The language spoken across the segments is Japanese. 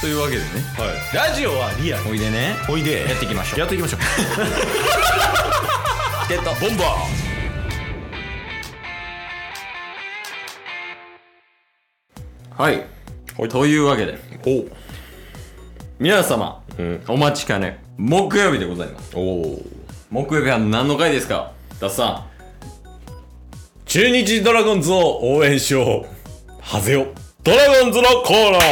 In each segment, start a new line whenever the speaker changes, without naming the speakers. というわけでね
ラジオはリアル
おいでね
おいで
やっていきましょう
やっていきましょう
ゲットボンバーはい、というわけで皆様、
ん
お待ちかね木曜日でございます
おお
木曜日は何の回ですかダッサ
中日ドラゴンズを応援しようハゼよドラゴンズのコーナー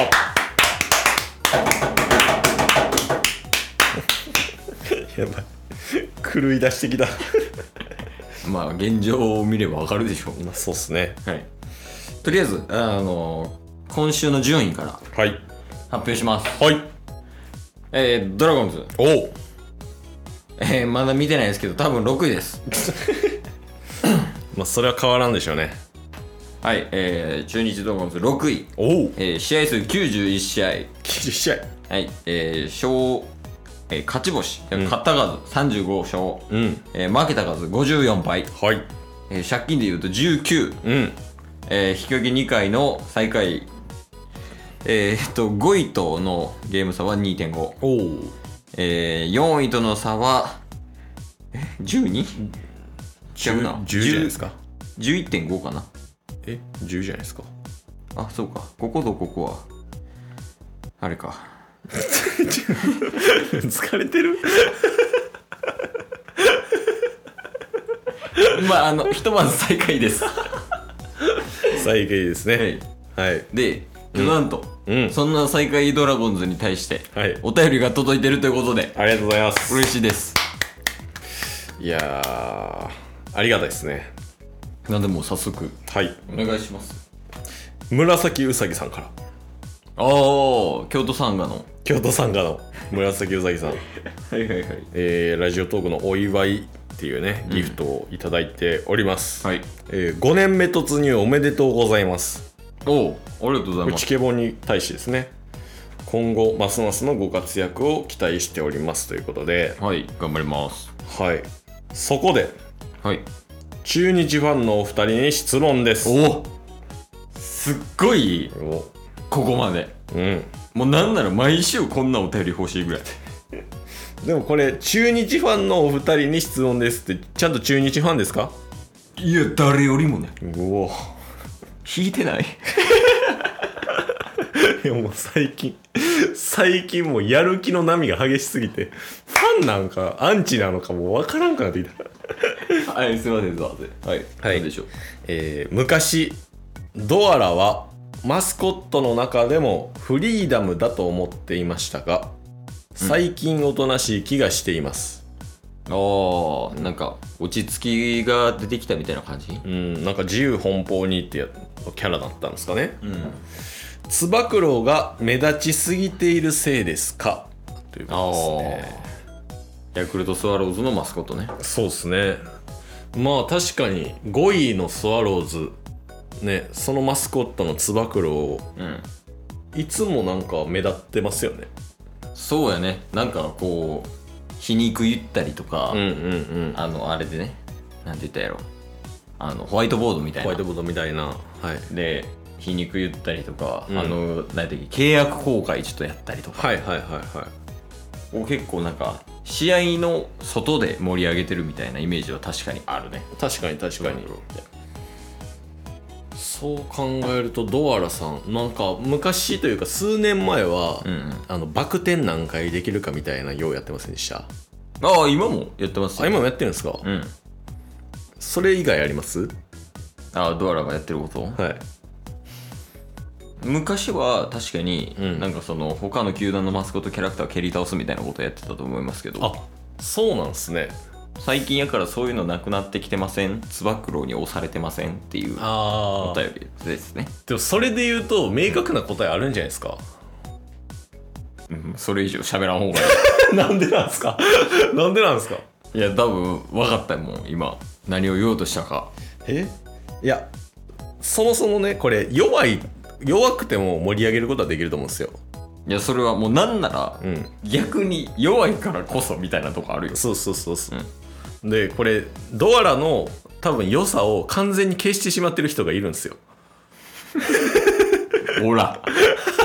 やばい狂い出してきた
ンまあ現状を見ればわかるでしょう
そうっすね
はいとりあえずあの今週の順位から発
はい
表します
はい
えー、ドラゴンズ、
おお
えー、まだ見てないですけど多分6位です
まあそれは変わらんでしょうね
はい、えー、中日ドラゴンズ6位、
おお
えー、試合数91試合、
90試合
はいえー勝えー勝ち星、勝った数35勝、
うん
えー負けた数54敗、
はい
えー借金でいうと19、
うん
えー引き分け2回の最下位、えーっと5位とのゲーム差は2.5、
おお
えー、4位との差はえ 12? 違うな
10じゃないですか
10 11.5かな
え10じゃないですか
あそうかこことここはあれか
疲れてる
まああの ひとまず最下位です
最下位ですねはい
で、なんと、
うん
そんな最下位ドラゴンズに対して、
はい
お便りが届いてるということで、
ありがとうございます
嬉しいです。
いやーありがたいですね
なんでもう早速、
はい
お願いします。
紫うさぎさんから
ああ、京都サンガの。
京都参加の紫うさぎさん、
はいはいはい。
えー、ラジオトークのお祝いっていうねギフトをいただいております、
はい。
えー、5年目突入おめでとうございます
おお、ありがとうございま
内
す。
ケボに対してですね今後ますますのご活躍を期待しておりますということで
はい、頑張ります。
はいそこで
はい。
中日ファンのお二人に質問です
おおすっごい、
お
ここまで。
うん
もうなんなら毎週こんなお便り欲しいぐらい。
でもこれ中日ファンのお二人に質問ですってちゃんと中日ファンですか
いや、誰よりもね、
うお
引いてない。
いやもう最近 最近もうやる気の波が激しすぎてファンなんかアンチなのかもう分からんくなってきた、
はい、すいません、すいません。はい。
はい
なんでしょう。
えー昔ドアラはマスコットの中でもフリーダムだと思っていましたが最近おとなしい気がしています
ああなんか落ち着きが出てきたみたいな感じ
うんなんか自由奔放にってやキャラだったんですかね
うん
つば九郎が目立ちすぎているせいですかという
ああ
ことですね
ヤクルトスワローズのマスコットね
そうですねまあ確かに5位のスワローズねそのマスコットのつば九郎
うん
いつもなんか目立ってますよね
そうやねなんかこう皮肉言ったりとか、
うんうん
あのあれでねなんて言ったやろあのホワイトボードみたい
ホワイ
な
トボードみたいなはい
で皮肉言ったりとか、
うん
あの何やったっけ契約更改ちょっとやったりとか
はいはいはいは
を結構なんか試合の外で盛り上げてるみたいなイメージは確かにあるね
い確かに確か
つば
に
九郎って
そう考えるとドアラさんなんか昔というか数年前は、
うん、うん、
あのバク転何回できるかみたいなようやってませんでした
ああ今もやってます
あ
よ
今もやってるんですか、
うん
それ以外あります
ああドアラがやってること
はい
昔は確かに、
うん
なんかその他の球団のマスコットキャラクターを蹴り倒すみたいなことやってたと思いますけど
あそうなんすね
最近やからそういうのなくなってきてませんつば九郎に押されてませんっていう
あ
お
答え
便りですね、
でもそれで言うと明確な答えあるんじゃないですか
うん、それ以上喋らん方がい
なんでなんですか なんでなんですか
いいや多分分かったもん今何を言おうとしたか
えいやそもそもねこれ弱い弱くても盛り上げることはできると思うんですよ
いやそれはもうなんなら、
うん
逆に弱いからこそみたいなとこあるよ
そうそうそうそう、でこれドアラの多分良さを完全に消してしまってる人がいるんですよ
ほら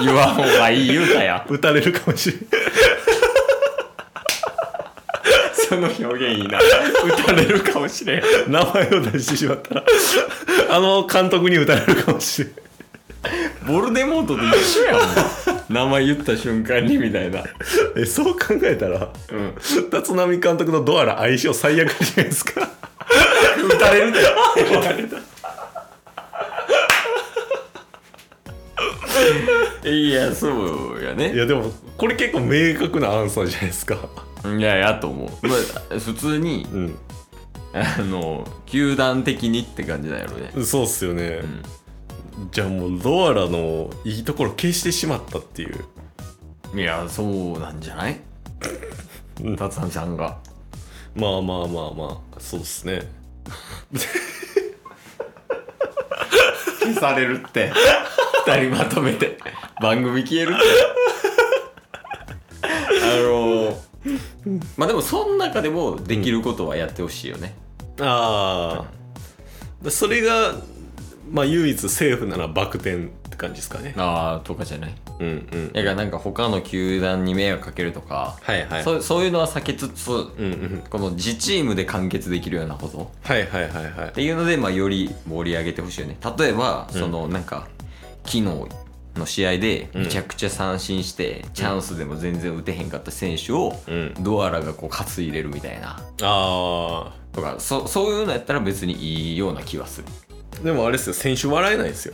言わん方がいい言うたや
打たれるかもしれん
その表現いいな打たれるかもしれん
名前を出してしまったらあの監督に打たれるかもしれん
ボルデモートと一緒やん名前言った瞬間にみたいな
えそう考えたら
うん
立浪監督のドアラ相性最悪じゃないですか
打たれるだよ打たれたいやそうや
い
ね
やでもこれ結構明確なアンサーじゃないですか
いややと思う、まあ、普通に
うん
あの球団的にって感じだよね
そうっすよね、じゃあもうドアラのいいところ消してしまったっていう
いやそうなんじゃない達浪さんが
まあまあまあまあそうっすね
消される って2人まとめて番組消えるってあのまあでもその中でもできることはやってほしいよね、
ああそれがまあ唯一セーフならバク転って感じですかね
ああとかじゃない
うんうん
いやなんか他の球団に迷惑かけるとか、
はいはい
そうそういうのは避けつつ、
うんうん
この自チームで完結できるようなことっ
はいはいはいはい
ていうので、まあ、より盛り上げてほしいよね例えば、
ん
そのなんか昨日の試合で
うん
めちゃくちゃ三振して、チャンスでも全然打てへんかった選手を、
うん
ドアラがこう担い入れるみたいな
あ
とかそそういうのやったら別にいいような気はする
あでもあれですよ選手笑えないですよ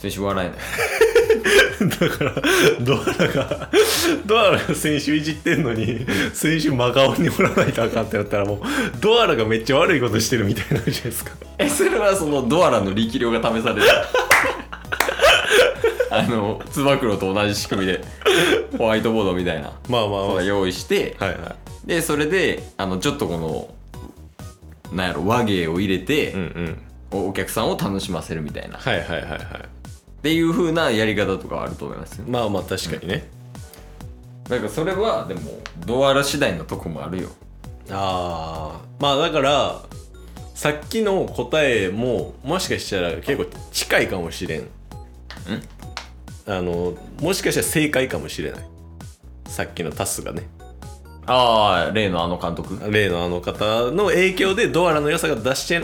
選手笑えない
だからドアラがドアラが選手いじってんのに選手真顔におらないとあかんってなったらもうドアラがめっちゃ悪いことしてるみたいになるじゃないですか
えそれはそのドアラの力量が試される あのつば九郎と同じ仕組みでホワイトボードみたいな
まあまあまあ
のを用意して、
はいは
でそれであのちょっとこのなんやろ和芸を入れて、
いうんうん
おお客さんを楽しませるみたいなっ
はいはいはいはい
ていう風なやり方とかはあると思いますよ
まあまあ確かにね、
なんかそれはでもドアラ次第のとこもあるよ
ああまあだからさっきの答えももしかしたら結構近いかもしれんあのもしかしたら正解かもしれないさっきのタスがね
ああ例のあの監督
例のあの方の影響でドアラの良さが出して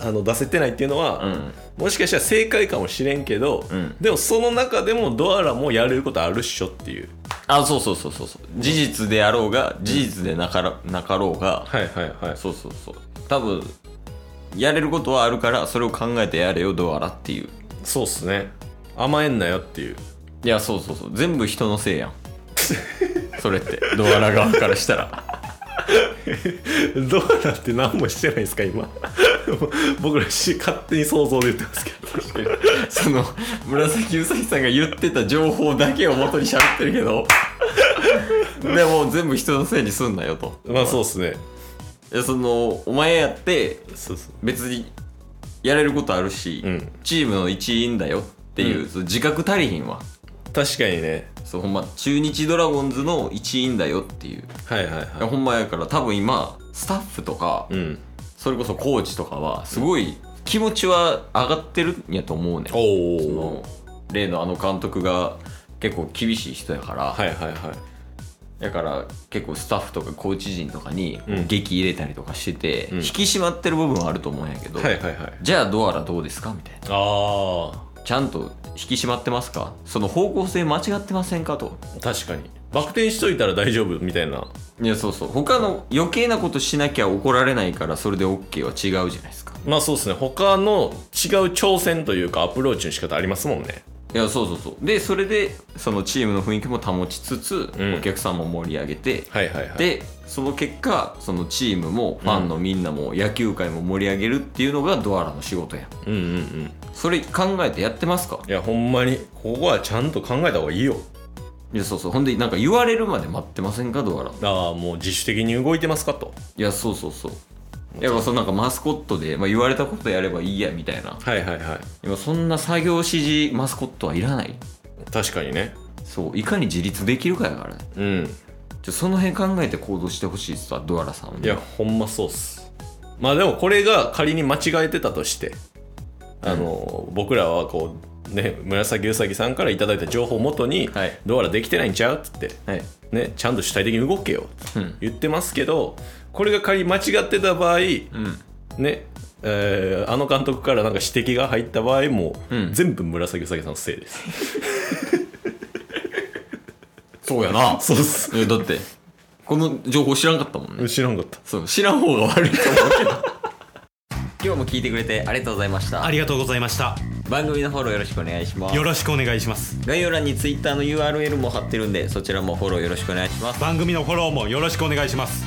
あの出せてないっていうの
う
は、
ん
もしかしたら正解かもしれんけど、
うん
でもその中でもドアラもやれることあるっしょっていう
あそうそうそうそうそう事実であろうが事実でなからなかろうが、
はいはいはい
そうそうそう多分やれることはあるからそれを考えてやれよドアラっていう
そうっすね甘えんなよって いう
いやそうそうそう全部人のせいやんそれってドアラ側からしたら
どうなって何もしてないですか今 僕らし勝手に想像で言ってますけ
その紫うさぎさんが言ってた情報だけを元に喋ってるけどでも全部人のせいにすんなよと
ど まあそうっすね
いやそのお前やって
そうそう
別にやれることあるし、
うん
チームの一員だよっていう、
うん
その自覚足りひんわ
確かにね
そうほんま中日ドラゴンズの一員だよっていう、
はいはいはい
ほんまやから多分今スタッフとか、
うん
それこそコーチとかはすごい気持ちは上がってるんやと思うねん
お
そ
お
の例のあの監督が結構厳しい人やから、
はいはいはい
だから結構スタッフとかコーチ陣とかに
うん
劇入れたりとかしてて、
うん
引き締まってる部分はあると思うんやけど、
はいはいはい
じゃあドアラどうですかみたいな
あ
ちゃんと引き締まってますかその方向性間違ってませんかと
ー確かにバク転しといたら大丈夫みたいない
やそうそう他の余計なことしなきゃ怒られないからそれで OK は違うじゃないですか
まあそうっすね他の違う挑戦というかアプローチの仕方ありますもんね
いやそうそうそうでそれでそのチームの雰囲気も保ちつつ、
うん
お客さんも盛り上げて、
はいはいはい
でその結果そのチームもファンのみんなも野球界も盛り上げるっていうのがドアラの仕事やん
うんうんうん
それ考えてやってますか
いやほんまにここはちゃんと考えた方がいいよ
いやそうそうほんでなんか言われるまで待ってませんかドアラ
ああもう自主的に動いてますかと
いやそうそうそうやっぱそのなんかマスコットで、まあ、言われたことやればいいやみたいな
はいはいはい
今そんな作業指示マスコットはいらない
確かにね
そういかに自立できるかやからね
うん
ちょその辺考えて行動してほしいっすわドアラさんはね
いやほんまそうっすまあでもこれが仮に間違えてたとしてあの、僕らはこね、紫うさぎさんからいただいた情報をもとに、
はい
どうやらできてないんちゃうっつって、
はい
ね、ちゃんと主体的に動けよって
うん
言ってますけどこれが仮に間違ってた場合、
うん
ねえーあの監督からなんか指摘が入った場合も、
うん
全部紫うさぎさんのせいです
そうやな
そうっす
えだってこの情報知らんかったもんね
知らんかった
そう知らん方が悪いと思う けど今日も聞いてくれてありがとうございました
ありがとうございました
番組のフォローよろしくお願いします
よろしくお願いします
概要欄に Twitter の URL も貼ってるんでそちらもフォローよろしくお願いします
番組のフォローもよろしくお願いします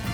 す